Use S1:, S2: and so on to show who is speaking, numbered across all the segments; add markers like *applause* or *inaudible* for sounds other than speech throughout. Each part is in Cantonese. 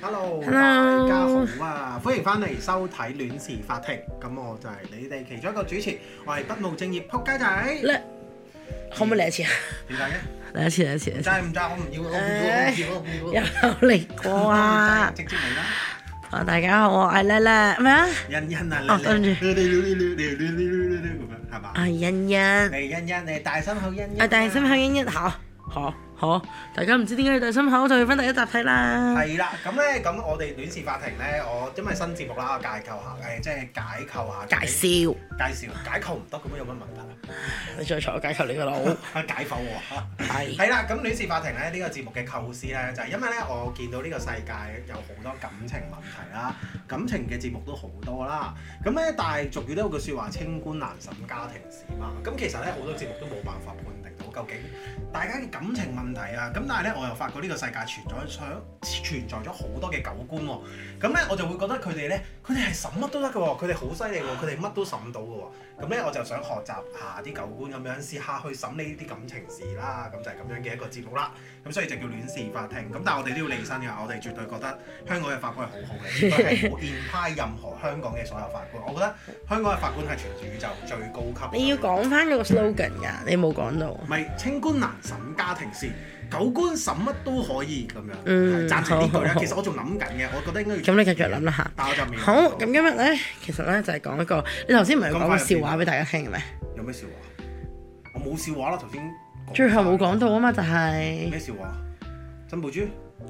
S1: Hello，
S2: Hello
S1: 大家好啊！歡迎翻嚟收睇《戀事法庭》，咁我就係你哋其中一個主持，我係不務正業撲街仔。
S2: 叻，可唔可以嚟一次啊？
S1: 點解嘅？
S2: 嚟一次，嚟一次，嚟一
S1: 唔制。
S2: 次
S1: 唔制，我唔要，我唔要，我唔要，我唔要。
S2: 有嚟過啊
S1: 唔制！直接嚟啦！
S2: 啊，大家好，我係叻叻，咩啊？
S1: 欣欣啊，
S2: 哦對唔
S1: 你你你你你你你你你咁樣係嘛？
S2: 啊，欣欣，啊，
S1: 你欣欣，你大心口欣欣。
S2: 大心口欣欣，好，好，好，大家唔知點解要大心口，就去翻第一集睇啦。
S1: 係啦，咁咧，咁我哋戀事法庭咧，我因為新節目啦，我解構下，誒，即係解構
S2: 介
S1: 下，
S2: 紹，
S1: 介紹，解構唔得咁樣有乜問題啊？
S2: 你再坐，我介紹你個腦。
S1: 解剖喎。
S2: 係，
S1: 係啦，咁《戀事法庭》咧呢、個節目嘅構思咧，就係、因為咧我見到呢個世界有好多感情問題啦，感情嘅節目都好多啦。咁咧，但係俗語都有句説話，清官難審家庭事嘛。咁其實咧好多節目都冇辦法判定到究竟大家嘅感情問題啊。咁但係咧，我又發覺呢個世界存在上存在咗好多嘅狗官喎、咁咧我就會覺得佢哋咧，佢哋係審乜都得嘅喎，佢哋好犀利
S2: 啊
S1: 喎，佢哋乜都審到嘅喎。咁咧我就想學習下啲舊官咁樣，試下去審理呢啲感情事啦，咁就係咁樣嘅一個節目啦。咁所以就叫亂事法庭。咁但係我哋都要理身嘅，我哋絕對覺得香港嘅法官係好好嘅，佢係冇偏派任何香港嘅所有法官。我覺得香港嘅法官係全宇宙最高級。
S2: 你要講翻嗰個 slogan 㗎，你冇講到。
S1: 唔係清官難審家庭事，狗官審乜都可以咁樣。係
S2: 嗯
S1: 贊成呢句
S2: 好
S1: 啦
S2: 好。好
S1: 其實我仲諗緊嘅，我覺得應該要。
S2: 咁你繼續諗啦吓。
S1: 但我就未諗
S2: 好，
S1: 過
S2: 咁今日咧，其實咧就係講一個，你頭先唔係講個笑話俾大家聽嘅咩？
S1: 有咩笑話？我冇笑話啦，頭先。
S2: 最後冇講到啊嘛，就係、
S1: 咩笑話？珍寶珠。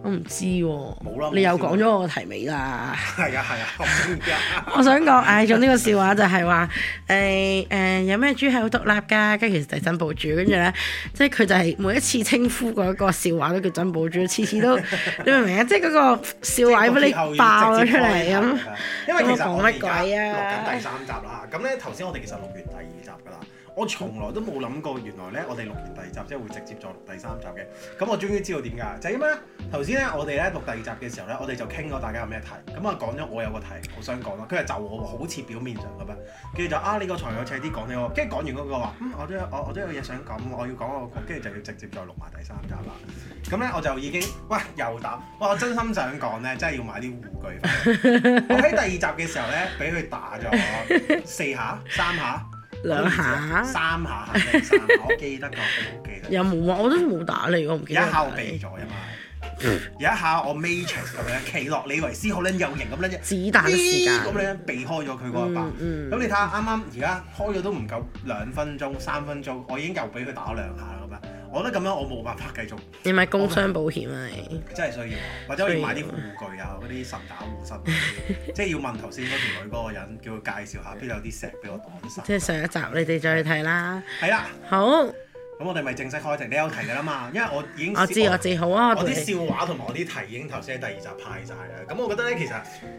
S2: 我唔知喎、
S1: 冇啦冇
S2: 你
S1: 笑
S2: 又
S1: 話
S2: 講咗我題尾啦。
S1: *laughs* 係啊係啊，我中意啊！
S2: 我想講，唉，仲呢個笑話就係話，誒誒，有咩豬係好獨立㗎？跟住其實就係珍寶豬，跟住咧，即係佢就係每一次稱呼嗰個笑話都叫珍寶豬，次次
S1: *laughs*
S2: 都你明唔明啊？即係嗰個笑話俾你爆咗出嚟咁。。
S1: *laughs* 因為其實我哋而家
S2: 啊咁我講乜鬼啊
S1: 錄緊第三集啦，咁咧頭先我哋其實錄完第二集㗎啦。我從來都冇諗過，原來咧我哋錄完第二集即係會直接再錄第三集嘅。咁我終於知道點解，就係因為咧頭先咧我哋咧錄第二集嘅時候咧，我哋就傾咗大家有咩題，咁啊講咗我有個題好想講啦，佢係就我好似表面上咁樣，跟住就啊你個財有斜啲講你喎，跟住講完嗰個話，嗯我都有我我都有嘢想講，我要講我個，跟住就要直接再錄埋第三集啦。咁咧我就已經喂又答，哇我真心想講咧，真係要買啲護具翻嚟。我喺第二集嘅時候咧，俾佢打
S2: *laughs*
S1: 咗四下、三下、
S2: 兩下
S1: 三下肯定三下，我記得個，我記得。
S2: 有冇啊？我都冇打你，我唔記
S1: 有
S2: 得
S1: 一
S2: 我
S1: 下我
S2: 打
S1: 避
S2: 你。
S1: 咗啊嘛，有一下我 matrix 咁樣企落李維斯好撚有型咁撚啫，
S2: 子彈嘅時間
S1: 咦咁樣避開咗佢嗰一巴。
S2: 嗯嗯
S1: 咁你睇下啱啱而家開咗都唔夠兩分鐘、三分鐘，我已經又俾佢打咗兩下啦咁樣。我覺得咁樣我冇辦法繼續，
S2: 你買工傷保險啊你？
S1: 真係需要，或者我要買啲護具啊，嗰啲神打護身嗰
S2: *laughs*
S1: 啲，即係要問頭先嗰條女嗰個人，叫佢介紹下邊有啲石俾我擋
S2: 即係
S1: 身。
S2: 上一集你哋再去睇啦。
S1: 係啦，
S2: 好，
S1: 咁我哋咪正式開庭，你有題㗎啦嘛，因為我已經
S2: 我知我知，好啊，我
S1: 我
S2: 陪
S1: 啲
S2: 你。
S1: 笑話同埋我啲題已經頭先喺第二集派晒啦，咁我覺得咧其實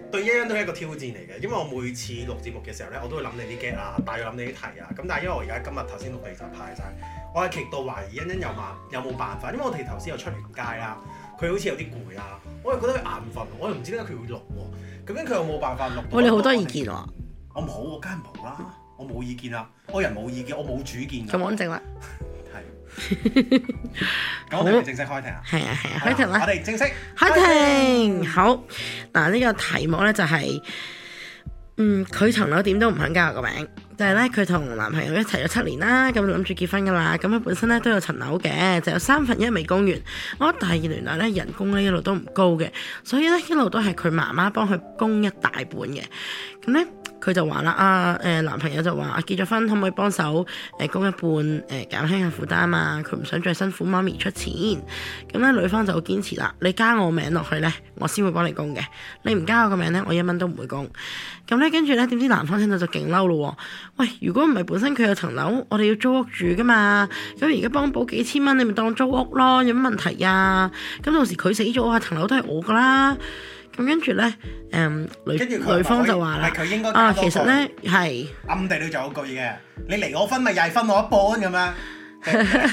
S1: 對欣欣都係一個挑戰嚟嘅，因為我每次錄節目嘅時候咧，我都會諗你啲 get 啊，大約諗你啲題啊，咁但係因為我而家今日頭先錄第二集派晒，我係極度懷疑欣欣有嘛有冇辦法，因為我哋頭先又出完街啦，佢好似有啲攰啦，我又覺得佢眼瞓，我又唔知點解佢會錄喎，究竟佢有冇辦法錄到？
S2: 喂，你好多意見啊喎，
S1: 我冇，我梗係冇啦，我冇意見啦，我人冇意見，我冇主見㗎。啊
S2: 咁安靜啦。
S1: 係。咁我哋咪正式開庭啊！
S2: 係啊係啊，開庭啦
S1: 我。哋正式
S2: 開庭好嗱，呢、個題目咧就係、嗯，佢層樓點都唔肯加我個名，就係咧佢同男朋友一齊咗七年啦，咁諗住結婚噶啦，咁佢本身咧都有層樓嘅，就有三分一未供完。我第二原來咧人工咧一路都唔高嘅，所以咧一路都係佢媽媽幫佢供一大半嘅，咁咧。佢就話啦啊誒、男朋友就話啊結咗婚可唔可以幫手誒供一半誒、減輕下負擔啊？佢唔想再辛苦媽咪出錢，咁啊咧女方就好堅持啦。你加我名落去咧，我先會幫你供嘅。你唔加我個名咧，我一蚊都唔會供。咁咧跟住咧，點知男方聽到就勁嬲咯喎！喂，如果唔係本身佢有層樓，我哋要租屋住噶嘛，咁而家幫補幾千蚊，你咪當租屋咯，有乜問題啊？咁到時佢死咗啊，層樓都係我噶啦。咁跟住咧，誒、女
S1: 跟住佢
S2: 女方就話
S1: 唔
S2: 啦
S1: 係。佢應該
S2: 啊，
S1: 加多
S2: 其實
S1: 句
S2: 咧係
S1: 暗地裏就有句嘅，你離我婚咪又係分我一半咁樣。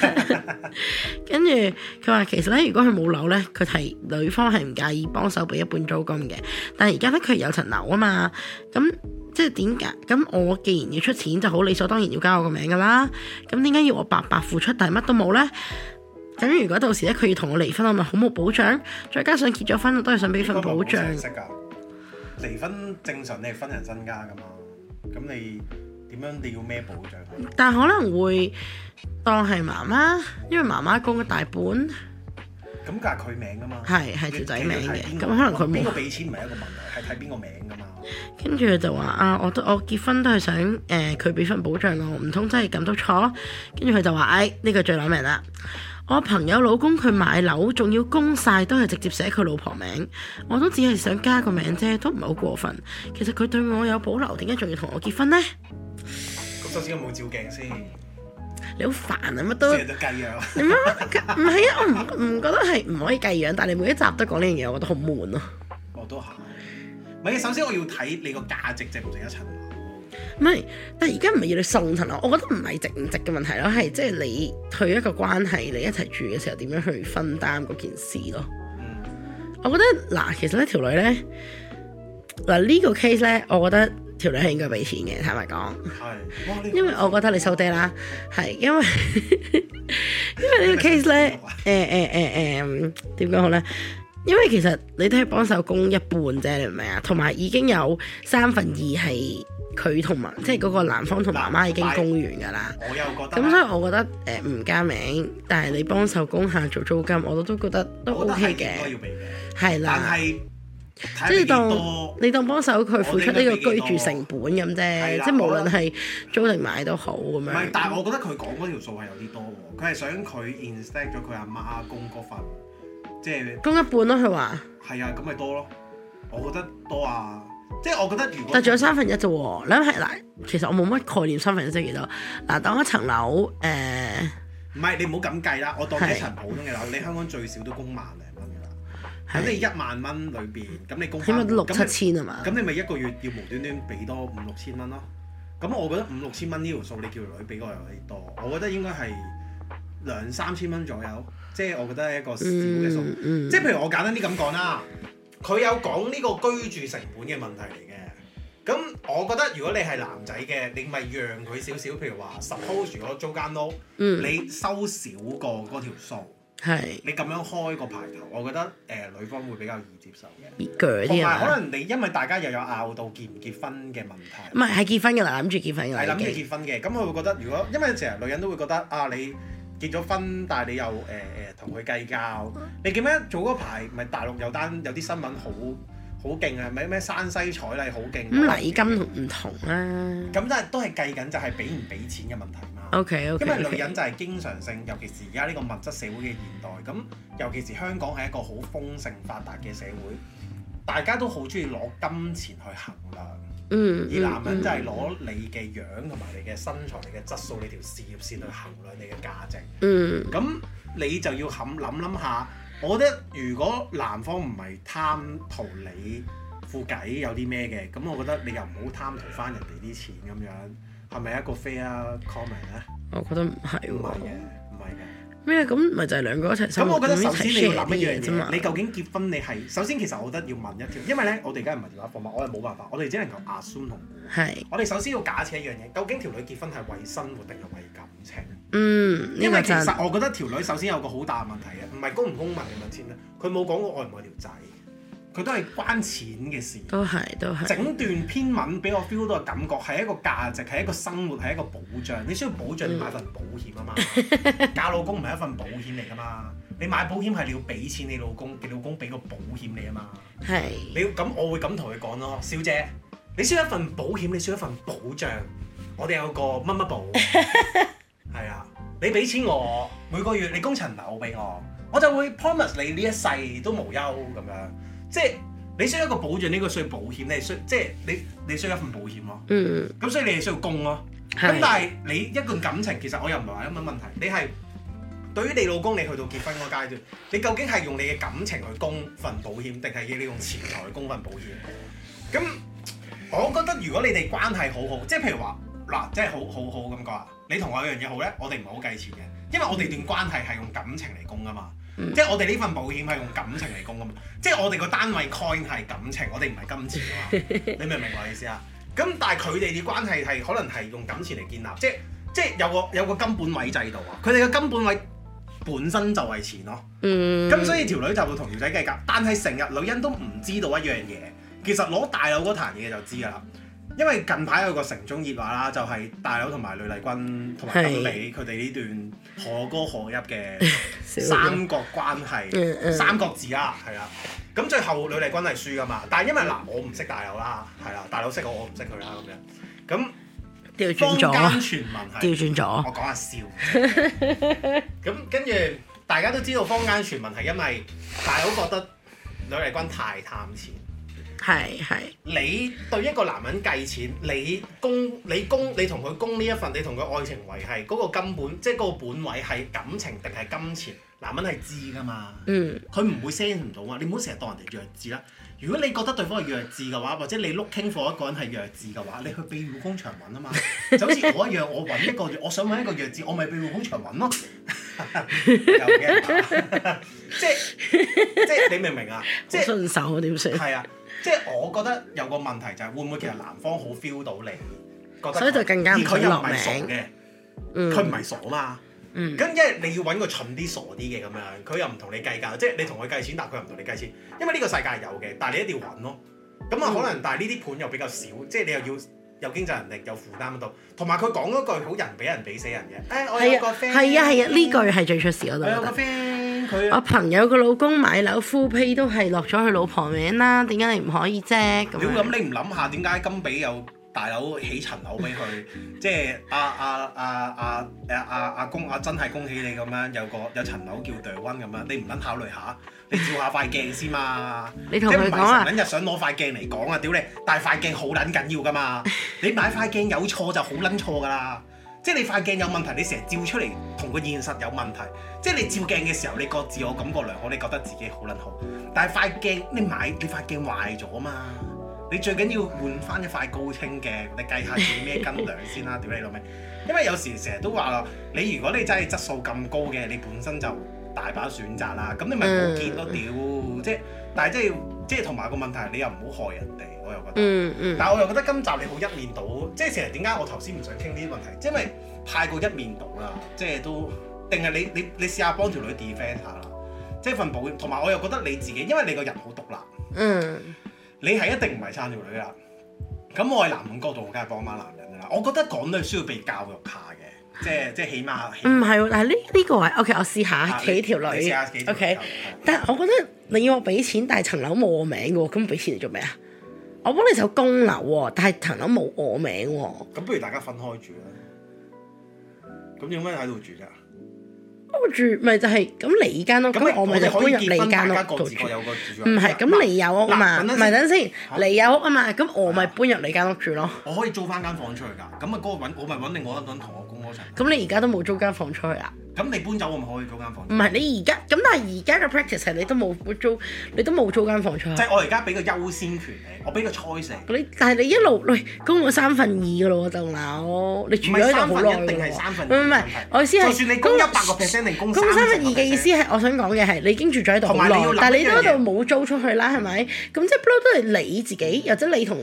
S2: 跟住佢話其實咧，如果佢冇樓咧，佢係女方係唔介意幫手俾一半租金嘅。但係而家咧佢有層樓啊嘛，咁即係點解？咁我既然要出錢，就好理所當然要加我個名噶啦。咁點解要我白白付出，但係乜都冇咧？咁如果到時咧佢要同我離婚，我咪好冇保障。再加上結咗婚，我都係想俾份
S1: 啊
S2: 保障。
S1: 識㗎，離婚正常你係分人身家㗎嘛，咁你點樣你要咩保障？啊
S2: 但可能會當係媽媽，因為媽媽供一大半，
S1: 咁梗係佢名㗎嘛，
S2: 係係條仔名
S1: 你
S2: 嘅。
S1: 睇邊
S2: 咁
S1: 個
S2: 可能佢
S1: 邊個
S2: 冇。
S1: 俾錢唔係一個問題，係睇邊個名㗎嘛。
S2: 跟住佢就話啊，我都我結婚都係想誒佢俾份保障我，唔通真係咁都錯？跟住佢就話：，唉、呢、個最攞命啦！我朋友老公佢買樓，仲要供晒，都係直接寫佢老婆名。我都只係想加個名啫，都唔係好過分。其實佢對我有保留，點解仲要同我結婚呢？
S1: 咁首先有冇照鏡先？
S2: 你好煩啊！
S1: *laughs*
S2: 乜都
S1: 成日都雞樣。
S2: 你乜乜唔係啊？我唔唔覺得係唔可以計樣，但係你每一集都講呢樣嘢，我覺得好悶啊咯、
S1: 我都係。唔係，首先我要睇你個價值值唔值一層樓。
S2: 唔係，但係而家唔係要你送層樓，啊我覺得唔係值唔值嘅問題咯，係即係你去一個關係，你一齊住嘅時候點樣去分擔嗰件事咯。
S1: 嗯，
S2: 我覺得嗱，其實呢條女咧，嗱呢個 case 咧，我覺得條女係應該俾錢嘅，坦白講，
S1: 係。哇！呢個
S2: 因為我覺得你收爹啦，係因為 *laughs* 因為呢個 case 咧，誒誒誒誒點講好咧？因為其實你都係幫手供一半啫，你明唔明啊？同埋已經有三分二係佢同埋，即係嗰個男方同媽媽已經供完㗎啦。
S1: 我又覺得
S2: 咁所以我覺得誒唔、加名，但係你幫手供下做租金，我都覺得都
S1: 我覺得係
S2: OK
S1: 應該
S2: 嘅，
S1: 要俾嘅，但
S2: 係啦。
S1: 係睇
S2: 即
S1: 你
S2: 係
S1: 幾
S2: 當
S1: 多。
S2: 你當幫手佢付出呢個居住成本咁
S1: 係啊
S2: 啫，
S1: 啦
S2: 即係無論係租定買都好咁
S1: 唔係，
S2: 樣。
S1: 但係我覺得佢講嗰條數係有啲多喎。佢係想佢 instead 咗佢阿媽供嗰份，即係
S2: 供一半咯，佢話，
S1: 係啊，咁咪多咯。我覺得多啊，即係我覺得如果
S2: 但仲有三分一啫喎。諗係嗱，其實我冇乜概念三分一即係幾多。嗱，當一層樓誒
S1: 唔係你唔好咁計啦，我當
S2: 係
S1: 一層普通嘅樓，你香港最少都供萬零蚊㗎啦。咁你
S2: 係
S1: 一萬蚊裏邊，咁你供
S2: 起碼
S1: 翻
S2: 都六
S1: 咁
S2: 七
S1: 你
S2: 千啊嘛
S1: 咁，你咪一個月要無端端俾多五六千蚊咯。咁我覺得五六千蚊呢條數，你叫條女俾我有啲多。我覺得應該係兩三千蚊左右，即係我覺得係一個少嘅數。
S2: 嗯嗯
S1: 即係譬如我簡單啲咁講啦，佢有講呢個居住成本嘅問題嚟嘅。咁我覺得如果你係男仔嘅，你咪讓佢少少，譬如話 suppose 如果租間屋，
S2: 嗯
S1: 你收少過嗰條數，
S2: 係
S1: 你咁樣開個排頭，我覺得誒、呃女方會比較易接受嘅。
S2: 鋸
S1: 同
S2: 啲
S1: 埋
S2: 啊
S1: 可能你因為大家又有拗到結唔結婚嘅問題，
S2: 嘛，唔係係結婚㗎啦，諗住結婚㗎
S1: 係
S2: 啦
S1: 諗
S2: 已
S1: 住
S2: 經。
S1: 結婚嘅，咁佢會覺得如果因為成日女人都會覺得啊，你結咗婚，但係你又誒誒同佢計較，你記唔記得早嗰排咪大陸有單有啲新聞好好勁啊，咪咩山西彩禮好勁，啊
S2: 咁禮金同唔同啦。
S1: 咁但係都係計緊就係俾唔俾錢嘅問題嘛。
S2: OK OK，
S1: 因為女人就係經常性，尤其是而家呢個物質社會嘅現代，咁尤其是香港係一個好豐盛發達嘅社會，大家都好中意攞金錢去衡量。
S2: 嗯，
S1: 而男人就係
S2: 嗯
S1: 攞你嘅樣同埋你嘅身材、你嘅質素、你條事業線去衡量你嘅價值。
S2: 嗯
S1: 咁你就要諗諗諗下，我覺得如果男方唔係貪圖你副計有啲咩嘅，咁我覺得你又唔好貪圖翻人哋啲錢咁樣，係咪一個 fair comment 咧？
S2: 嗯我覺得唔係
S1: 唔係
S2: 喎
S1: 嘅，。唔係嘅。
S2: 咩咁咪就係兩個一齊生
S1: 咁
S2: 活，
S1: 我覺得
S2: 咁一
S1: 首
S2: 齊
S1: 先你
S2: share
S1: 要諗
S2: 啲
S1: 一樣
S2: 嘢啫嘛
S1: 嘢，。你究竟結婚你係首先其實我覺得要問一條，因為咧我哋而家唔係電話訪問，我係冇辦法，我哋只能夠 assume 同估。
S2: 係，
S1: 我哋首先要假設一樣嘢，究竟條女結婚係為生活定係為感情？
S2: 嗯，呢
S1: 因
S2: 個
S1: 為其
S2: 真，
S1: 實我覺得條女首先有個好大嘅問題嘅，唔係公唔公民嘅問題啦，佢冇講過愛唔愛條仔，佢啊都係關錢嘅事。
S2: 都係都係，
S1: 整段篇文俾我 feel 到嘅感覺係一個價值，係一個生活，係一個保障。你需要保障，你買份保險 *laughs* 啊嘛。嫁老公唔係一份保險嚟噶嘛，你買保險係你要俾錢你老公，你老公俾個保險你啊嘛。
S2: 係
S1: 你要咁，我會咁同佢講咯，小姐，你需要一份保險，你需要一份保障。我哋有個乜乜保，係啊，你俾錢我，每個月你供層樓俾我，我就會 promise 你呢一世都無憂咁樣。即係你需要一個保障，呢個需要保險，你需即係你你需要一份保險咯。
S2: 嗯
S1: 咁所以你係需要供咯。咁但
S2: 係
S1: 係你一段感情，其實我又唔係話有乜問題，你係對於你老公，你去到結婚嗰個階段，你究竟係用你嘅感情去供份保險，定係你用錢財去供份保險？咁我覺得如果你哋關係好好，即係譬如話嗱，即係好好好咁講啊，你同我有樣嘢好咧，我哋唔係好計錢嘅，因為我哋段關係係用感情嚟供噶嘛。
S2: 嗯
S1: 即係我哋呢份保險係用感情嚟供噶嘛，即係我哋個單位 coin 係感情，我哋唔係金錢
S2: *laughs*
S1: 啊嘛，你明唔明我意思啊？咁但係佢哋嘅關係係可能係用感情嚟建立，即係即係有個有個金本位制度啊。佢哋嘅金本位本身就係錢咯。
S2: 嗯，
S1: 咁所以條女就會同條仔計較，但係成日女人都唔知道一樣嘢，其實攞大佬嗰壇嘢就知㗎啦。因為近排有個城中熱話啦，就係、大佬同埋呂麗君同埋金比佢哋呢段可歌可泣嘅 *laughs*
S2: 少咗
S1: 三角關
S2: 嗯
S1: 係、
S2: 嗯
S1: 三角字啦，係啦。咁最後呂麗君係輸㗎嘛，但係因為嗱我唔識大佬啦，係啦，大佬識我，我唔識佢啦咁樣。
S2: 調轉
S1: 咁坊
S2: 咗，
S1: 間傳聞係
S2: 調。轉咗，
S1: 我講下笑。咁跟住大家都知道坊間傳聞係因為大佬覺得呂麗君太貪錢。
S2: 係係
S1: 你對一個男人計錢，你供你供你同佢供呢一份，你同佢愛情維係嗰個根本，即係嗰個本位係感情定係金錢，男人係知噶嘛。
S2: 嗯
S1: 佢唔會 send 唔到啊！你唔好成日當人哋弱智啦。如果你覺得對方係弱智嘅話，或者你 looking for 一個人係弱智嘅話，你去庇護工場揾啊嘛。
S2: *laughs*
S1: 就好似我一樣，我揾一個，我想揾一個弱智，我咪庇護工場
S2: *laughs*
S1: 揾咯。有嘅，即
S2: *laughs*
S1: 係即係你明唔明啊？即
S2: 好
S1: 係
S2: 順手啊點算？
S1: 係啊，即係我覺得有個問題就係會唔會其實男方好 feel 到你，覺得
S2: 所以就更加唔
S1: 而佢又唔係傻
S2: 想落
S1: 嘅，
S2: 嗯
S1: 佢唔係傻嘛。
S2: 嗯
S1: 咁因為你要揾個蠢啲、傻啲嘅咁樣，佢又唔同你計較，即係你同佢計錢，但係佢又唔同你計錢，因為呢個世界係有嘅，但係你一定要揾咯。咁啊，
S2: 嗯
S1: 可能但係呢啲盤又比較少，即係你又要有經濟能力，有負擔到，同埋佢講嗰句好人比人比死人嘅。誒、我
S2: 係
S1: 有個
S2: 啊
S1: friend，啊
S2: 係啊係啊，呢句係最出事嗰度。
S1: 我有個
S2: 我覺得
S1: friend 佢
S2: 我朋友個老公買樓 full pay 都係落咗佢老婆名啦，點解你唔可以啫？咁
S1: 屌
S2: 樣
S1: 咁你唔諗下點解金比有大佬起層樓俾
S2: *laughs*
S1: 佢，即係阿阿阿阿誒阿阿公阿真係恭喜你咁樣，有個有層樓叫 The One 咁樣，你唔撚考慮下，你照下塊鏡先嘛？
S2: 你
S1: 即
S2: 同
S1: 係
S2: 佢
S1: 唔係
S2: 講啊
S1: 成，撚日想攞塊鏡嚟講啊？屌你，但係塊鏡好撚緊要噶嘛？你買塊鏡有錯就好撚錯噶啦。即係你塊鏡有問題，你成日照出嚟同個現實有問題。即係你照鏡嘅時候，你個自我感覺良好，你覺得自己好撚好。但係塊鏡你買你塊鏡壞咗嘛？你最緊要換翻一塊高清鏡，你計下自己咩斤兩先啦，屌你老味！因為有時成日都話啦，你如果你真係質素咁高嘅，你本身就大把選擇啦，咁你咪
S2: 嗯
S1: 冇見咯，屌、即係但係即係即係同埋個問題係你又唔好害人哋，我又覺得。
S2: 嗯嗯，
S1: 但係我又覺得今集你好一面倒，即係成日點解我頭先唔想傾呢啲問題，即係因為太過一面倒啦，即係都定係你你你試下幫條女 defend 下啦，即係份保險，同埋我又覺得你自己，因為你個人好獨立。
S2: 嗯
S1: 你係一定唔係撐條女啦。咁我係男人角度，我梗係幫翻男人噶啦。我覺得港女需要被教育下嘅，即
S2: 嗯
S1: 係即係起碼啊
S2: 唔係喎，但係呢呢個位，OK，我試下啊企條女
S1: 你試下企條女
S2: ，OK
S1: 教育。
S2: 但係我覺得你要我俾錢，但係層樓冇我名嘅喎，咁俾錢嚟做咩啊？我幫你手供樓喎，但係層樓冇我名喎，
S1: 咁不如大家分開住啦。咁點解喺度住啫？
S2: 我住咪就係咁你間屋，咁我咪就
S1: 哋
S2: 搬
S1: 可以
S2: 入
S1: 結
S2: 你
S1: 婚，大
S2: 間
S1: 家
S2: 屋
S1: 各
S2: 度
S1: 自
S2: 住
S1: 各。有個住。
S2: 唔係，咁你有屋啊嘛，
S1: 嗱
S2: 唔
S1: 等陣
S2: 係等
S1: 嚇
S2: 陣先，你有屋啊嘛，咁我咪搬入你間屋住咯。
S1: 我可以租翻間房出去㗎。咁啊，嗰個揾我咪揾另外一個人同我公嗰層。
S2: 咁你而家都冇租間房出去啊？
S1: 咁你搬走我咪可以租間房
S2: 唔。係你而家咁，但係而家嘅 practice 係你都冇租，你都冇租間房出去
S1: 即。係我而家俾個優先權你，我俾個 choice 你。
S2: 你但係你一路喂供咗三分二嘅咯喎，棟樓你住
S1: 唔
S2: 咗
S1: 係
S2: 喺
S1: 三
S2: 度好
S1: 分
S2: 耐
S1: 一定係
S2: 喎
S1: 三分
S2: 唔
S1: 二
S2: 係唔係
S1: 問題，
S2: 我意思係
S1: 就算你供一
S2: 供
S1: 百個 percent 定供
S2: 供三分二
S1: 30%
S2: 嘅意思係，我想講嘅係你已經住咗喺度好
S1: 同埋
S2: 耐
S1: 你要諗，
S2: 但係你
S1: 一樣
S2: 都喺
S1: 嘢
S2: 度冇租出去啦，係咪？咁即係不嬲都係你自己，或者你同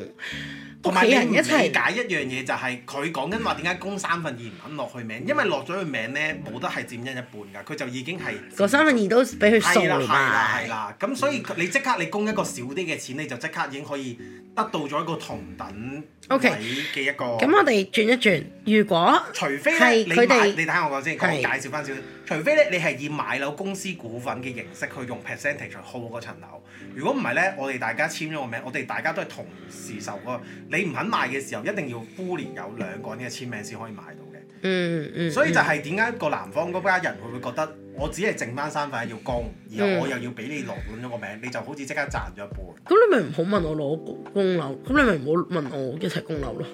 S1: 同
S2: 屋
S1: 埋
S2: 企
S1: 你
S2: 人
S1: 唔
S2: 一
S1: 理解
S2: 齊
S1: 一樣嘢就係佢講緊話點解供三分二唔肯落去名，因為落咗佢名咧冇得係佔一一半㗎，佢就已經係
S2: 嗰三分二都俾佢
S1: 係啦
S2: 掃
S1: 係啦係
S2: 埋。
S1: 啦，咁所
S2: 嗯
S1: 以你即刻你供一個少啲嘅錢，你就即刻已經可以得到咗一個同等
S2: OK
S1: 位嘅一個。
S2: 咁我哋轉一轉，如果
S1: 除非咧，
S2: 係
S1: 你
S2: 佢
S1: 買
S2: 哋
S1: 你睇下我講先，我
S2: 係
S1: 介紹翻少少。除非咧，你係以買樓公司股份嘅形式去用 percentage 去 hold 嗰層樓。如果唔係咧，我哋大家簽咗個名，我哋大家都係同時受嗰個。你唔肯賣嘅時候，一定要 f u 有兩個人嘅簽名先可以買到嘅。
S2: 嗯嗯，
S1: 所以就係點解個男方嗰家人佢會覺得我只係剩翻三分一要供，然
S2: 嗯
S1: 後我又要俾你落滿咗個名，你就好似即刻賺咗一半。
S2: 咁你咪唔好問我攞供樓，咁你咪唔好問我一齊供樓咯。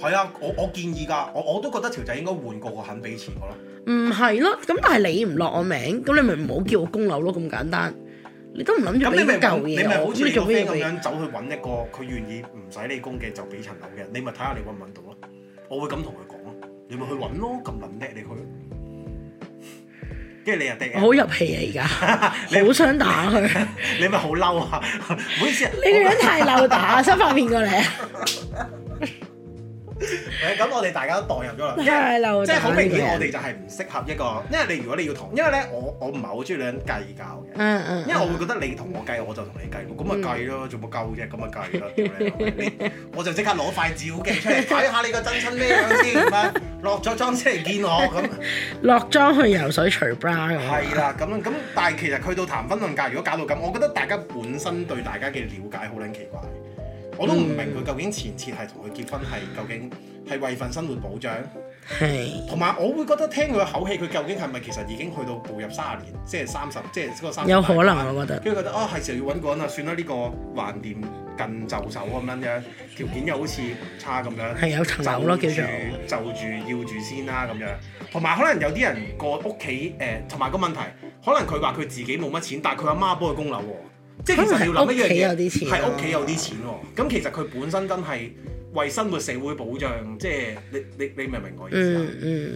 S1: 係啊，我我建議㗎，我我都覺得條仔應該換個個肯俾錢我咯。
S2: 唔係咯，咁但係你唔落我名，咁你咪唔好叫我供樓咯，咁簡單。你都唔諗住
S1: 咁
S2: 俾
S1: 你咪
S2: 啲舊
S1: 唔你咪
S2: 嘢啊我，
S1: 好
S2: 咁
S1: 似
S2: 你
S1: 你個
S2: 做咩
S1: friend 咁
S2: 要俾？
S1: 樣走去揾一個佢願意唔使你供嘅就俾層樓嘅，你咪睇下你揾唔揾到咯。我會咁同佢講咯，你咪去揾咯，咁撚叻你去，跟住你又
S2: 我
S1: 滴，
S2: 好入戲啊！而
S1: 你
S2: 家好想打
S1: *laughs*
S2: 佢，呢
S1: 你咪好嬲啊！唔好意思啊，
S2: 個人太漏打，收塊面過嚟啊！
S1: 我誒咁我哋大家都代入咗啦，因為
S2: 太漏
S1: 即係好明顯，我
S2: 哋
S1: 哋就係唔適合一個，因為你如果你要同，因為咧我我唔係好中意女人計較嘅。
S2: 嗯嗯，
S1: 因為我會覺得你同我計，我就同你計咯，咁咪計咯，做乜鳩啫？咁咪計咯，屌你老味你我就即刻攞塊照鏡出嚟睇下你個真身咩樣先，咁啊落咗妝先嚟見我咁。
S2: 落妝去游水除 bra 咁啊。
S1: 係啦，咁樣咁，但係其實去到談婚論嫁，如果搞到咁，我覺得大家本身對大家嘅了解好撚奇怪，我都唔明佢究竟前設係同佢結婚係究竟係為份生活保障，
S2: 係
S1: 同埋我會覺得聽佢口氣，佢究竟係咪其實已經去到步入三十年，即係三十，即係嗰三
S2: 有可能，我覺得
S1: 跟住覺得啊，係時候要揾個人啦，算啦，呢個橫掂近就手咁樣樣，條件又好似唔差咁樣，
S2: 係有層樓咯，叫做
S1: 就住就住要住先啦咁樣。同埋可能有啲人個屋企誒，同埋個問題，可能佢話佢自己冇乜錢，但係佢阿媽幫佢供樓喎，即係其實你要諗一樣
S2: 可能係屋企
S1: 嘢，
S2: 有啲錢啊咯
S1: 係屋企有啲錢喎。咁其實佢本身真係為生活社會保障，即係你你你明唔明我意思啊？
S2: 嗯嗯，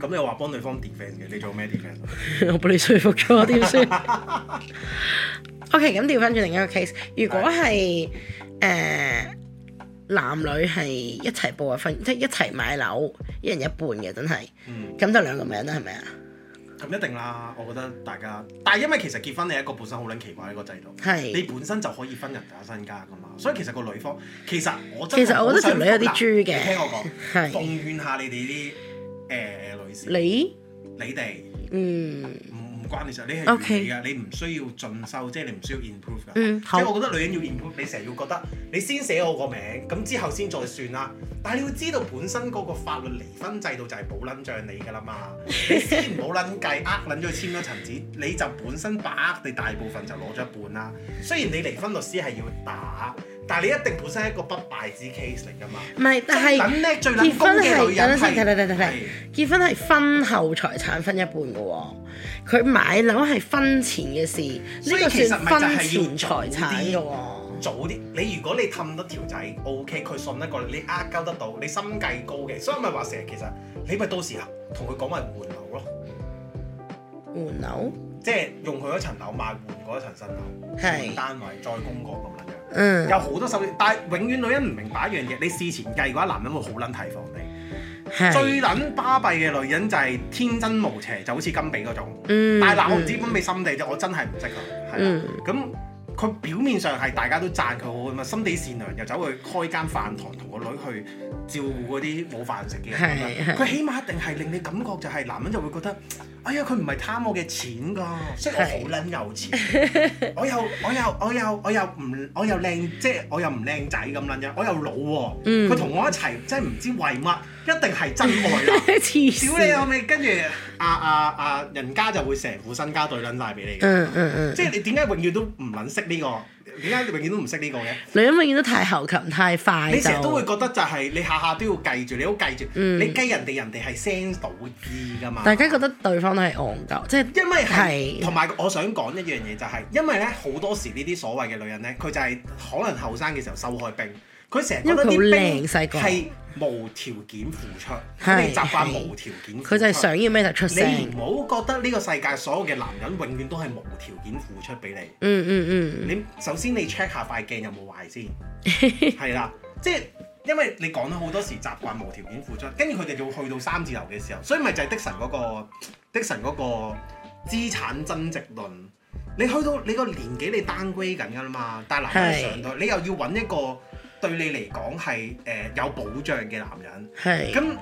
S1: 咁你話幫對方 defence 嘅，你做咩 defence？
S2: 我俾你說服咗點算 *laughs* ？OK，咁調翻轉另一個 case，如果係誒、呃男女係一齊報嘅婚，即係一齊買樓，一人一半嘅，真係
S1: 嗯。
S2: 咁就兩個名啦，係咪啊？
S1: 咁一定啦，我覺得大家，但係因為其實結婚你係一個本身好撚奇怪嘅一個制度，你
S2: 係，
S1: 本身就可以分人打身家噶嘛，所以其實個女方其實我真
S2: 其實我覺得條女有啲豬
S1: 嘅，你聽
S2: 嘅，
S1: 我講，
S2: 係
S1: 奉勸下你哋啲誒女士，
S2: 你
S1: 你哋
S2: 嗯
S1: 唔唔關你事，你係
S2: OK
S1: 完美嘅，你唔需要進修，即係你唔需要 improve 㗎。
S2: 嗯
S1: 即係
S2: 好
S1: 我覺得女人要 improve，你成日要覺得你先寫我個名，咁之後先再算啦。但係你要知道本身嗰個法律離婚制度就係冇撚像你㗎啦
S2: *laughs*
S1: 嘛，你先唔好撚計，呃撚咗佢簽咗層紙，你就本身把握你大部分就攞咗一半啦。雖然你離婚律師係要打，但係你一定本身係一個不敗之 case 嚟㗎嘛。
S2: 唔係，但係
S1: 撚叻最撚高嘅女人
S2: 結婚係等等等等等
S1: 係
S2: 結婚係婚後財產分一半嘅喎、佢買樓係婚前嘅事，呢
S1: 所以
S2: 個
S1: 其實
S2: 算
S1: 咪就係要
S2: 婚前財產嘅喎、
S1: 早啲，你如果你氹得條仔 O K，佢信得過你，你呃鳩得到，你心計高嘅，所以我咪話成日其實你咪到時候同佢講咪換樓咯，
S2: 換樓
S1: 即係用佢嗰層樓賣換嗰一層新樓，換
S2: 係，
S1: 單位再供過咁樣樣，*laughs*
S2: 嗯
S1: 有好多手段，但係永遠女人唔明白一樣嘢，你事前計嘅話，男人會好撚提防你。最
S2: 係，
S1: 撚巴閉嘅女人就係天真無邪，就好似金比嗰種。
S2: 嗯，
S1: 但係嗱，我唔知本美心地啫，我真係唔識佢，係啦
S2: 嗯。
S1: 咁佢表面上係大家都讚佢好啊嘛，心地善良又走去開間飯堂同個女去照顧嗰啲冇飯食嘅人咁
S2: 係
S1: 樣，
S2: 係
S1: 佢起碼一定係令你感覺就係男人就會覺得，哎呀佢唔係貪我嘅錢㗎，雖然我好撚有錢，
S2: *laughs*
S1: 我又我又我又我又唔我又靚，即係我又唔靚仔咁撚樣，我又老喎，
S2: 嗯
S1: 佢同我一齊真係唔知為乜，一定係真愛啦。
S2: 嗯黐
S1: 屌你
S2: 線，
S1: 老味，跟住啊啊啊，人家就會成副身家對撚晒俾你嘅，
S2: 嗯嗯嗯，
S1: 即係你點解永遠都唔撚識呢個？點解你永遠都唔識呢個嘅？
S2: 女人永遠都太後勤太快
S1: 你
S2: 就
S1: 成日都會覺得就係你下下都要計住，你好計住，
S2: 嗯
S1: 你計人哋人哋係 sense 到知噶嘛？
S2: 大家覺得對方都係戇鳩，即係
S1: 因為係，
S2: 係
S1: 同埋我想講一樣嘢就係、因為咧好多時呢啲所謂嘅女人咧，佢就係可能後生嘅時候收開兵，佢成日覺得啲
S2: 因為佢好
S1: 兵
S2: 靚細個
S1: 係無條件付出，佢
S2: 係
S1: 哋習慣
S2: 係
S1: 無條件付出。
S2: 佢就係想要咩就出聲，
S1: 你唔好覺得呢個世界所有嘅男人永遠都係無條件付出俾你。
S2: 嗯嗯嗯，
S1: 你首先你 check 下塊鏡有冇壞
S2: *laughs*
S1: 先，係啦，即係因為你講咗好多時習慣無條件付出，跟住佢哋就會去到三字頭嘅時候，所以咪就係的神嗰個的神嗰個資產增值論。你去到你個年紀你 downgrade 緊㗎啦嘛，但係男人
S2: 係
S1: 上到你又要揾一個對你嚟講係誒有保障嘅男人。
S2: 係，
S1: 咁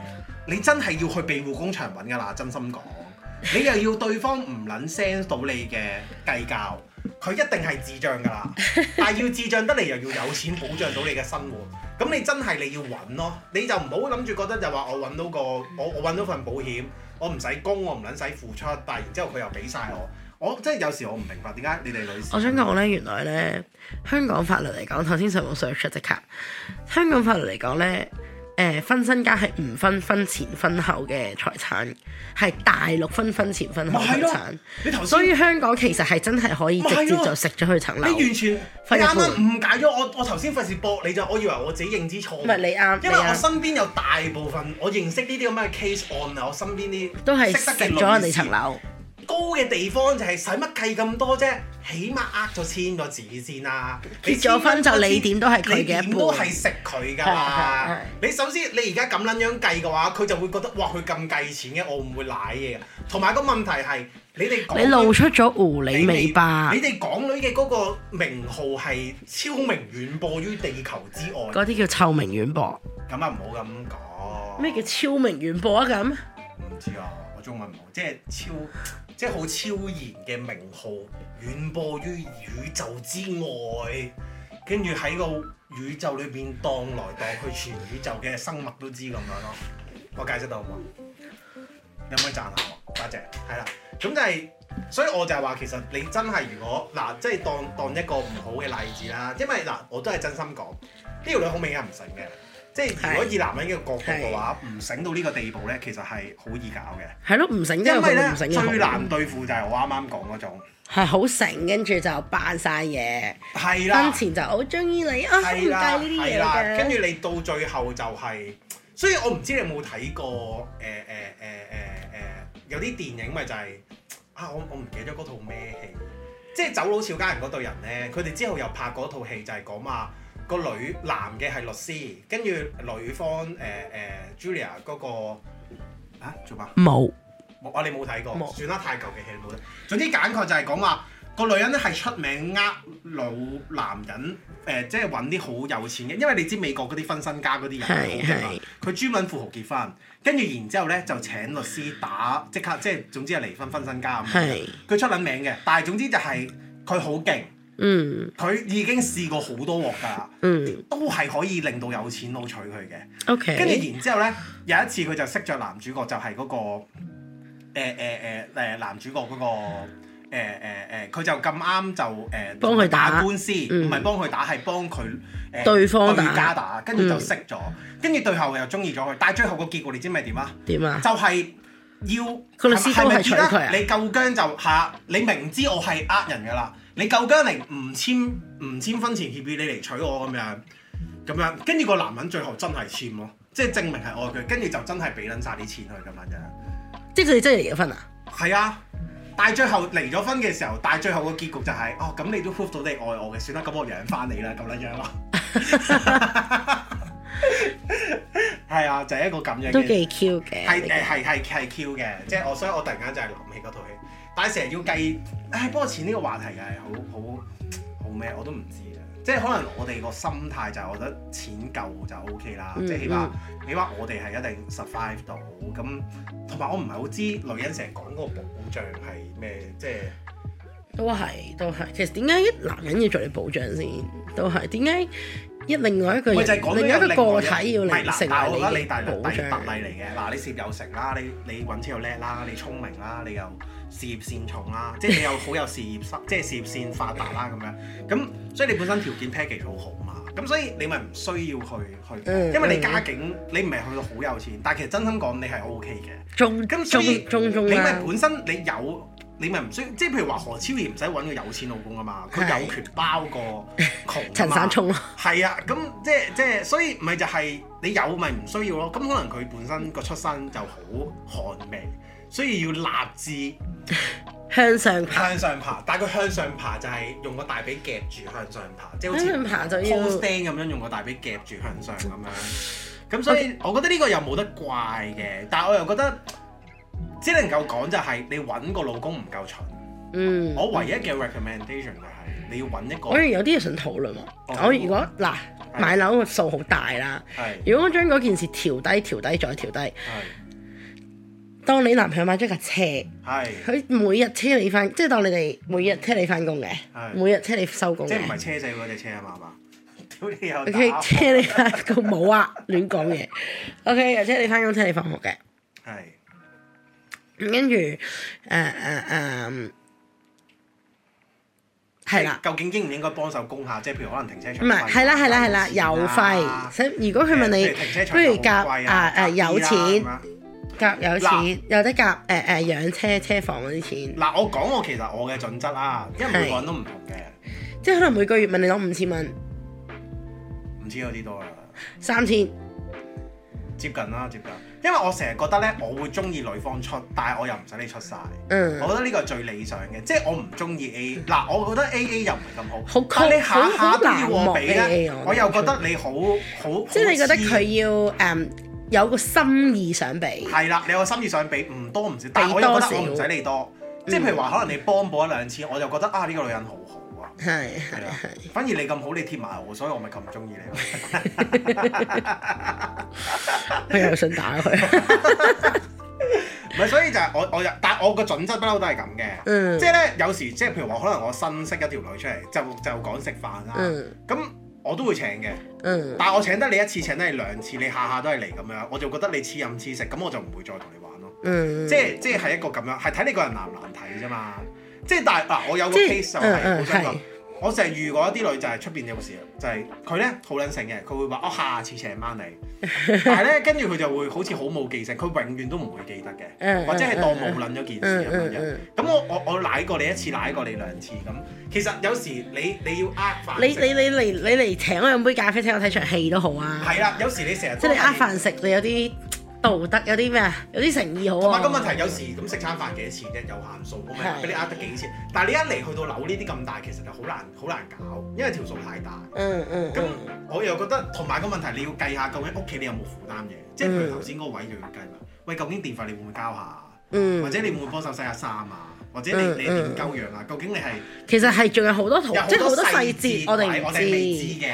S1: 你真係要去庇護工場揾㗎啦，真心講。你又要對方唔撚 sense 到你嘅計較，佢一定係智障㗎
S2: *laughs*
S1: 啦。但係要智障得嚟又要有錢保障到你嘅生活，咁你真係你要揾咯，你就唔好諗住覺得就話我揾到個我我揾到份保險，我唔使供，我唔撚使付出，但係然之後佢又俾晒我。我即係有時我唔明白點解你哋女士
S2: 我想講咧，原來咧香港法律嚟講，頭先上網 search 即刻，香港法律嚟講咧，誒、分身家係唔分婚前婚後嘅財產，係大陸分婚前婚後
S1: 咪係
S2: 財
S1: 咯
S2: 產，
S1: 你頭先
S2: 所以香港其實係真係可以直接就食咗佢層樓，
S1: 你
S2: 唔
S1: 完全你啱
S2: 費事
S1: 啱誤解咗我，我頭先費事駁你就我以為我自己認知錯誤。
S2: 係你啱，
S1: 因為
S2: 你
S1: 我
S2: 啱
S1: 身邊有大部分我認識呢啲咁嘅 case 案啊，我身邊啲
S2: 都係
S1: 識
S2: 食
S1: 得嘅
S2: 咗人
S1: 女
S2: 哋
S1: 士
S2: 層樓，
S1: 高嘅地方就係使乜計咁多啫？起碼呃咗千個字先啦。你
S2: 結咗婚就你點都係佢嘅
S1: 你
S2: 一半
S1: 點都係食佢㗎
S2: 係係係
S1: 啦。你首先你而家咁撚樣計嘅話，佢就會覺得哇佢咁計錢嘅，我唔會賴嘢嘅。同埋個問題係你哋講
S2: 你露出咗狐狸尾巴
S1: 你，哋港女嘅嗰個名號係超明遠播於地球之外，
S2: 嗰啲叫臭名遠播。
S1: 咁啊唔好咁講。
S2: 咩叫超名遠播啊？咁
S1: 唔知啊，我中文唔好，即係超，即係好超然嘅名號，遠播於宇宙之外，跟住喺個宇宙裏邊蕩來蕩去，全宇宙嘅生物都知咁樣咯。我解釋到好冇？有冇得讚下我？多謝，係啦。咁就係、所以我就係話，其實你真係如果嗱，即係當當一個唔好嘅例子啦，因為嗱，我都係真心講，呢條女好明顯係唔醒嘅。即係如果以男人嘅角度嘅話，唔醒到呢個地步咧，其實係好易搞嘅。
S2: 係咯，唔醒真
S1: 因為
S2: 係
S1: 咧
S2: 唔醒嘅好
S1: 最難對付就係我啱啱講嗰種，
S2: 係好醒，跟住就扮晒嘢。
S1: 係啦
S2: 婚，前就好中意你啊，唔
S1: 係啦，
S2: 計呢啲
S1: 係
S2: 嘢
S1: 啦，跟
S2: 嘅。
S1: 住你到最後就係、所以我唔知你有冇睇過誒誒誒誒誒有啲電影咪就係、啊，我我唔記得咗嗰套咩戲，即係走佬俏佳人嗰對人咧，佢哋之後又拍嗰套戲就係講話個女男嘅係律師，跟住女方誒誒、Julia 嗰、個啊做乜？
S2: 冇
S1: 冇我哋冇睇
S2: 冇
S1: 過，算啦，太舊嘅戲冇得。總之簡概就係講話個女人咧係出名呃老男人，誒、呃即係揾啲好有錢嘅，因為你知美國嗰啲分身家嗰啲人
S2: 係
S1: 好勁嘛
S2: 係
S1: 佢專揾富豪結婚，跟住然之後咧就請律師打，即刻即係總之係離婚分身家咁。
S2: 係，
S1: 佢出撚名嘅，但係總之就係佢好勁，
S2: 嗯
S1: 佢已經試過好多鑊㗎啦，
S2: 嗯
S1: 都係可以令到有錢佬娶佢嘅。跟
S2: ，OK，
S1: 住然之後咧，有一次佢就識咗男主角，就係嗰、個呃誒誒誒誒男主角嗰、個誒誒誒，佢就咁啱就誒
S2: 幫佢打
S1: 官司，
S2: 嗯
S1: 唔係幫佢打，係幫佢誒
S2: 對方打嗯
S1: 家打，跟住就識咗，跟住對後又中意咗佢，但係最後個結果你知唔知係點啊？
S2: 點啊？
S1: 就係要
S2: 個律師
S1: 係咪
S2: 都係娶
S1: 結啊
S2: 佢啊
S1: 你夠姜就係啊你明知我係呃人㗎啦，你夠姜嚟唔簽唔簽婚前協議，你嚟娶我咁樣咁樣，跟住個男人最後真係簽咯，即係證明係愛佢，跟住就真係俾撚晒啲錢佢咁樣樣。
S2: 即係佢哋真係離咗婚啊？
S1: 係啊，但係最後離咗婚嘅時候，但係最後個結局就係、哦，咁你都 prove 到你愛我嘅，算啦，咁我養翻你啦，咁樣樣咯。 *laughs* 係啊，就係、一個咁樣
S2: 都
S1: 嘅。
S2: 幾 Q 嘅。
S1: 係
S2: 呢
S1: 誒係係係 Q 嘅，即係我所以我突然間就係諗起嗰套戲，但係成日要計，唉，不過錢呢個話題又係好好好咩，我都唔知啊。即係可能我哋個心態就係我覺得錢夠就 O K 啦，
S2: 嗯
S1: 即係起碼起碼我哋係一定 survive 到咁，同埋我唔係好知女人成日講嗰個保障係咩，即係
S2: 個都係都係。其實點解一男人要做你保障先？都係點解一另外一個
S1: 咪
S2: 人
S1: 就係講到
S2: 另外一個個
S1: 個
S2: 體要
S1: 唔
S2: 你
S1: 係嗱，
S2: 成
S1: 但係我覺得
S2: 為
S1: 你
S2: 你
S1: 大
S2: 嘅
S1: 特
S2: 保
S1: 例特
S2: 障？
S1: 例嚟嘅，嗱，你事業有成啦，你你揾錢又叻啦，你聰明啦，你又事業線重啦，即係你又好有事業心，即係事業線發達啦咁樣，咁所以你本身條件 package 好好嘛，咁所以你咪唔需要去
S2: 嗯
S1: 去，因為你家境你唔係去到好有錢，但係其實真心講你係 OK 嘅。
S2: 中
S1: 咁所以
S2: 中中中啊
S1: 你咪
S2: 啦，
S1: 本身你有，你咪唔需要，即係譬如話何超儀唔使揾個有錢老公啊嘛，佢
S2: 係
S1: 有權包個窮啊嘛
S2: 陳散聰咯。
S1: 係啊，咁即係即係，所以咪就係你有咪唔需要咯。咁可能佢本身個出身就好寒微，所以要立志
S2: 向上爬，
S1: 向上爬。但係佢向上爬就係用個大髀夾住向上爬，即係好
S2: 向上
S1: 似
S2: 爬就
S1: p
S2: 要
S1: o s t a n 咁樣用個大髀夾住向上咁樣。咁所以我覺得呢個又冇得怪嘅，但係我又覺得只能夠講就係你揾個老公唔夠蠢。
S2: 嗯。
S1: 我唯一嘅 recommendation 就係你要揾一個
S2: 我哋有啲嘢想討論喎。
S1: 哦
S2: 我如果嗱買樓個數好大啦，
S1: 係
S2: 如果我將嗰件事調低、調低再調低，
S1: 係
S2: 當你男朋友買咗架車，
S1: 係
S2: 佢每日車你翻，即係當你哋每日車你翻工嘅，
S1: 係
S2: 每日車啊你收工
S1: 即係
S2: 嘅
S1: 唔係車仔嗰只車啊嘛係嘛？屌你又
S2: ，OK，
S1: 打
S2: 車你翻工冇啊，亂講嘢，OK，又車你翻工，車你放學嘅，
S1: 係
S2: 咁跟住呃誒誒誒，嗯係啦。
S1: 究竟應唔應該幫手供下？即係譬如可能停車
S2: 唔
S1: 場啊
S2: 係，係啦係啦係啦，
S1: 油
S2: 油費。所以如果佢問你
S1: 誒譬如停車，場
S2: 不如
S1: 又好
S2: 夾
S1: 貴
S2: 啊誒有
S1: 夾啲
S2: 錢
S1: 啦咁樣
S2: 夾有錢
S1: 嗱，
S2: 有得夾誒誒養車車房嗰啲錢，
S1: 嗱，我講我其實我嘅準則啦，因為每個人都唔同嘅，
S2: 即係可能每個月問你攞五千蚊、
S1: 唔知有啲多啦，
S2: 三千，
S1: 接近啦，接近。因為我成日覺得咧，我會中意女方出，但係我又唔使你出晒。
S2: 嗯
S1: 我，覺得呢個係最理想嘅，即係我唔中意 A。嗱，我覺得 A A 又唔係咁好，
S2: 好
S1: 但係你下
S2: 好
S1: 下
S2: 好
S1: 都要
S2: 冷
S1: 我
S2: 漠
S1: 俾
S2: AA
S1: 咧
S2: 我，
S1: 我又覺得你好好，
S2: 即係你覺得
S1: 好
S2: 佢
S1: 黐
S2: 要誒、嗯有個心意想俾，
S1: 係啦，你有個心意想俾唔多唔少，但
S2: 俾
S1: 係我又覺
S2: 多
S1: 得我唔
S2: 少嗯
S1: 使你多，即係譬如話可能你幫補一兩次，我就覺得啊呢個女人好好啊。
S2: 係
S1: 係
S2: 係
S1: 啦
S2: 係。，
S1: 反而你咁好，你貼埋我，所以我咪咁中意你咯。
S2: 我又想打佢。
S1: 唔係，所以就係我我又，但係我個準則不嬲都係咁嘅。*laughs*
S2: 嗯
S1: 即係咧，有時即係譬如話，可能我新識一條女出嚟，就就講食飯啦。
S2: 嗯
S1: 咁、我都會請嘅，
S2: 嗯，
S1: 但係我請得你一次，請得你兩次，你下下都係嚟咁樣，我就覺得你黐飲黐食，咁我就唔會再同你玩咯。
S2: 嗯，
S1: 即係即係係一個咁樣，係睇你個人難唔難睇啫嘛。即係但係嗱，我有個
S2: 即係
S1: case 就
S2: 嗯
S1: 係
S2: 嗯
S1: 好想講
S2: 係，
S1: 我成日遇過一啲女就係出邊有個事，就係佢咧好撚醒嘅，佢會話我下次請翻你，
S2: *laughs*
S1: 但係咧跟住佢就會好似好冇記性，佢永遠都唔會記得嘅，
S2: 嗯嗯
S1: 或者係當冇撚咗件
S2: 嗯
S1: 事咁
S2: 嗯
S1: 樣嘅
S2: 嗯。
S1: 咁我我我舐過你一次，舐過你兩次咁。其實有時你你要呃飯食，
S2: 你你你嚟你嚟請我飲杯咖啡，請我睇場戲都好啊。
S1: 係啦，有時你成日
S2: 即係你呃
S1: 都係
S2: 飯食，你有啲道德，有啲咩啊？有啲誠意好
S1: 同
S2: 啊。
S1: 埋個問題，有時咁食餐飯幾多錢啫，有限數，我咪
S2: 係
S1: 俾你呃得幾錢。但係你一嚟去到樓呢啲咁大，其實就好難好難搞，因為條數太大。
S2: 嗯嗯
S1: 咁
S2: 嗯
S1: 我又覺得同埋個問題，你要計下究竟屋企你有冇負擔嘅，即係
S2: 嗯
S1: 譬如頭先嗰個位就要計埋。喂，究竟電費你會唔會交下？或
S2: 嗯，
S1: 者你會唔會幫手洗下衫啊？或者你你點鳩樣啊？究竟你係
S2: 其實係仲有好多圖，
S1: 有
S2: 即係好多細
S1: 細
S2: 節
S1: 節
S2: 我哋
S1: 位
S2: 唔
S1: 我哋未
S2: 知，
S1: 知嘅，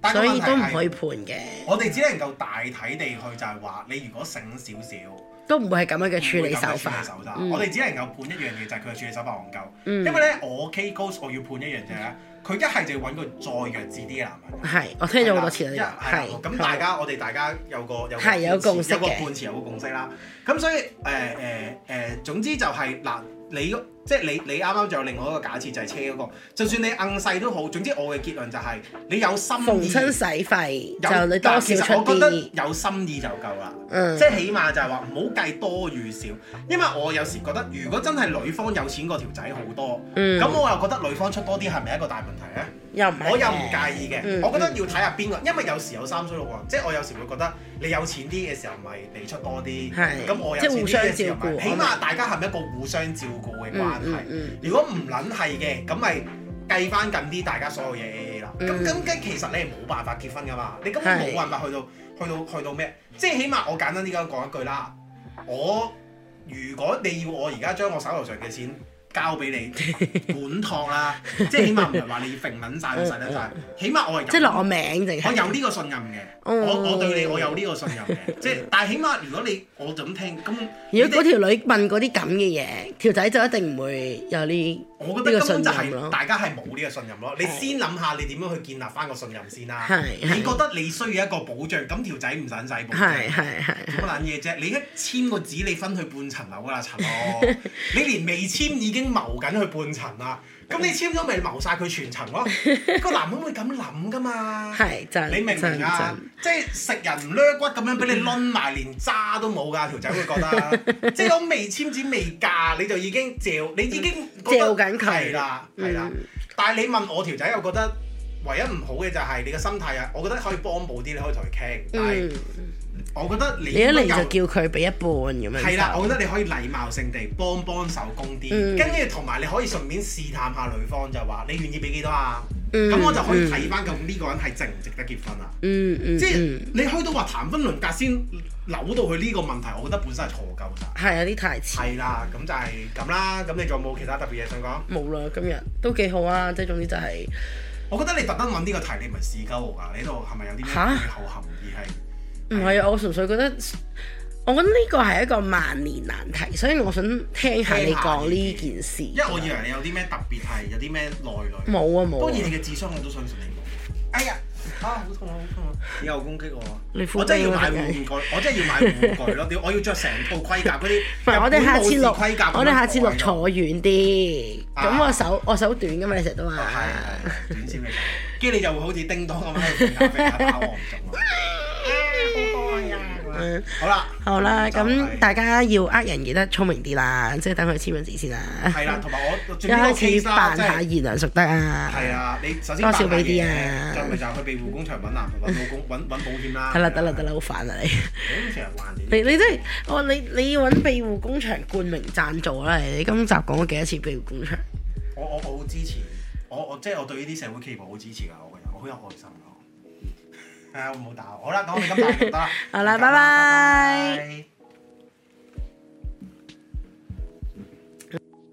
S1: 但係個
S2: 所
S1: 問
S2: 以
S1: 題
S2: 都唔可
S1: 係
S2: 以判嘅，
S1: 我哋只能夠大體地去就係話，你如果醒少少。
S2: 都唔會係咁樣嘅處理手
S1: 唔會咁嘅處理。
S2: 法
S1: 手法
S2: 嗯
S1: 我哋只能夠判一樣嘢，就係佢嘅處理手法戇鳩。
S2: 嗯
S1: 因為咧，我 K Ghost 我要判一樣嘢咧，佢一係就要揾個再弱智啲嘅男人。
S2: 係，我聽咗好多次
S1: 係
S2: 啦
S1: 啦，
S2: 呢
S1: 係
S2: 個
S1: 啦咁
S2: 係
S1: 大家我哋大家有個有個
S2: 係有共識嘅
S1: 有個判詞有個共識啦。咁所以誒誒誒，總之就係嗱，你即係你你啱啱仲有另外一個假設就係車嗰個，就算你硬細都好，總之我嘅結論就係你有心
S2: 逢
S1: 意，
S2: 親使費
S1: 有
S2: 就你多少
S1: 但
S2: 出
S1: 其實我覺得
S2: 啲，
S1: 有心意就夠啦。
S2: 嗯
S1: 即，係起碼就係話唔好計多與少，因為我有時覺得，如果真係女方有錢過條仔好多，咁、
S2: 嗯
S1: 我又覺得女方出多啲係咪一個大問題呢？
S2: 又唔係
S1: 我又唔
S2: 嘅
S1: 介意嘅，
S2: 嗯
S1: 我覺得要睇下邊個，因為有時有三衰六旺，即係我有時會覺得你有錢啲嘅時候咪你出多啲，
S2: 係
S1: 咁我有
S2: 即係
S1: 錢
S2: 互
S1: 啲
S2: 相
S1: 嘅時候
S2: 照顧
S1: 咪，起
S2: 我明
S1: 碼大家係咪一個互相照顧嘅關係？
S2: 嗯嗯
S1: 如果唔撚係嘅，咁咪計翻近啲大家所有嘢 A A 啦。咁
S2: 嗯
S1: 咁咁其實你係冇辦法結婚噶嘛，你根本
S2: 係
S1: 冇辦法去到去到去到咩？即係起碼我簡單啲咁講一句啦，我如果你要我而家將我手頭上嘅錢交俾
S2: *laughs*
S1: 你管託啦，即係起碼唔係話你要揈撚晒佢使撚晒，起碼我係有
S2: 嗯即係落我名淨
S1: 我
S2: 係。
S1: 有呢個信任嘅，
S2: *laughs* 哦
S1: 我我對你我有呢個信任嘅，即係但係起碼如果你我就咁聽咁，
S2: 如果嗰條女問嗰啲咁嘅嘢，條仔就一定唔會有
S1: *laughs*
S2: 呢
S1: 我覺
S2: 呢
S1: 得根
S2: 個
S1: 本
S2: 信
S1: 就
S2: 任
S1: 係
S2: 咯。
S1: 大家係冇呢個信任咯。你
S2: 係
S1: 先諗下你點樣去建立翻個信任先啦。
S2: 係係
S1: 你覺得你需要一個保障，咁條仔唔使使保障
S2: 係。係係。
S1: 乜撚嘢啫？你一簽個紙，你分去半層樓噶啊啦，陳
S2: *laughs*
S1: 樂。你連未簽已經謀緊去半層啦。咁你簽咗咪謀晒佢全層咯？個男人會咁諗噶嘛？
S2: 係真，
S1: 你明唔明啊
S2: 真？？
S1: 即係食人唔掠骨咁樣俾你攆埋，連渣都冇㗎，條仔會覺
S2: *laughs*
S1: 得。即係我未簽紙未嫁，你就已經嚼，你已經覺得
S2: 嗯嚼緊佢嗯
S1: 係啦，係啦。但係你問我條仔，又覺得唯一唔好嘅就係你嘅心態啊！我覺得可以幫補啲，你可以同佢傾。但係
S2: 嗯，
S1: 我覺得你
S2: 你一嚟
S1: 應該有
S2: 就叫佢俾一半咁樣。
S1: 係啦，我覺得你可以禮貌性地幫幫手工啲，
S2: 嗯
S1: 跟住同埋你可以順便試探下女方就話你願意俾幾多啊？
S2: 嗯
S1: 咁、我就可以睇翻究竟呢個人係值唔值得結婚啊？
S2: 嗯嗯，
S1: 即係
S2: 嗯
S1: 你去到話談婚論嫁先扭到佢呢個問題，我覺得本身係錯鳩晒。
S2: 係有啲太遲。
S1: 係啦，咁就係咁啦。咁你仲有冇其他特別嘢想講？
S2: 冇啦，今日都幾好啊！即係總之就係
S1: 我覺得你特登揾呢個題，你唔係試鳩我㗎。你呢度係咪有啲咩
S2: 吓
S1: 背後含義係？
S2: 唔係啊？我純粹覺得，我覺得呢個係一個萬年難題，所以我想聽下你講呢件事。
S1: 因為我以為你有啲咩特別係，有啲咩內裏。
S2: 冇啊冇
S1: 當然
S2: 啊，
S1: 你嘅智商我都相信你冇。哎呀，啊好痛啊好痛啊！你又攻擊我啊。
S2: 你
S1: 我真係要
S2: 啊
S1: 買護具，我真係要買護具咯！屌我要着成套盔甲嗰啲。
S2: 唔係，我哋下次
S1: 日本武士盔甲
S2: 錄，
S1: 咁樣
S2: 我哋下次
S1: 坐喺
S2: 錄
S1: 度
S2: 坐遠啲。咁
S1: 啊哦
S2: 我手我手短噶嘛，你成日都話。
S1: 係係短線嘅，跟住你就會好似叮當咁喺度揈下揈下打我唔中啊！啊好開啊！
S2: 樣。
S1: 好啦，
S2: 嗯好啦，
S1: 就係
S2: 咁大家要呃人記得聰明啲啦，即係等佢簽咗字先啦。
S1: 係啦，同埋我
S2: 一
S1: 最呢個
S2: 開
S1: case
S2: 始
S1: 啦，
S2: 扮
S1: 即
S2: 下
S1: 係
S2: 賢良淑德啊，
S1: 係啊，你首先
S2: 多
S1: 扮下
S2: 少俾啲
S1: 嘢，
S2: 啊
S1: 再咪就係去庇護工場揾男揾老公揾揾保險啦。
S2: 得啦得啦得啦，好煩啊你！
S1: 誒，成日還
S2: 你你真係我你你要揾庇護工場冠名贊助啦！你今集講咗幾多次庇護工場？。
S1: 我我我好支持，我我即係我對呢啲社會企業好支持㗎，我個人我好有愛心 *laughs* 㗎。係啊，唔好打我。好啦，咁我哋今日就得啦
S2: 好啦
S1: 就咁
S2: 拜拜
S1: 拜拜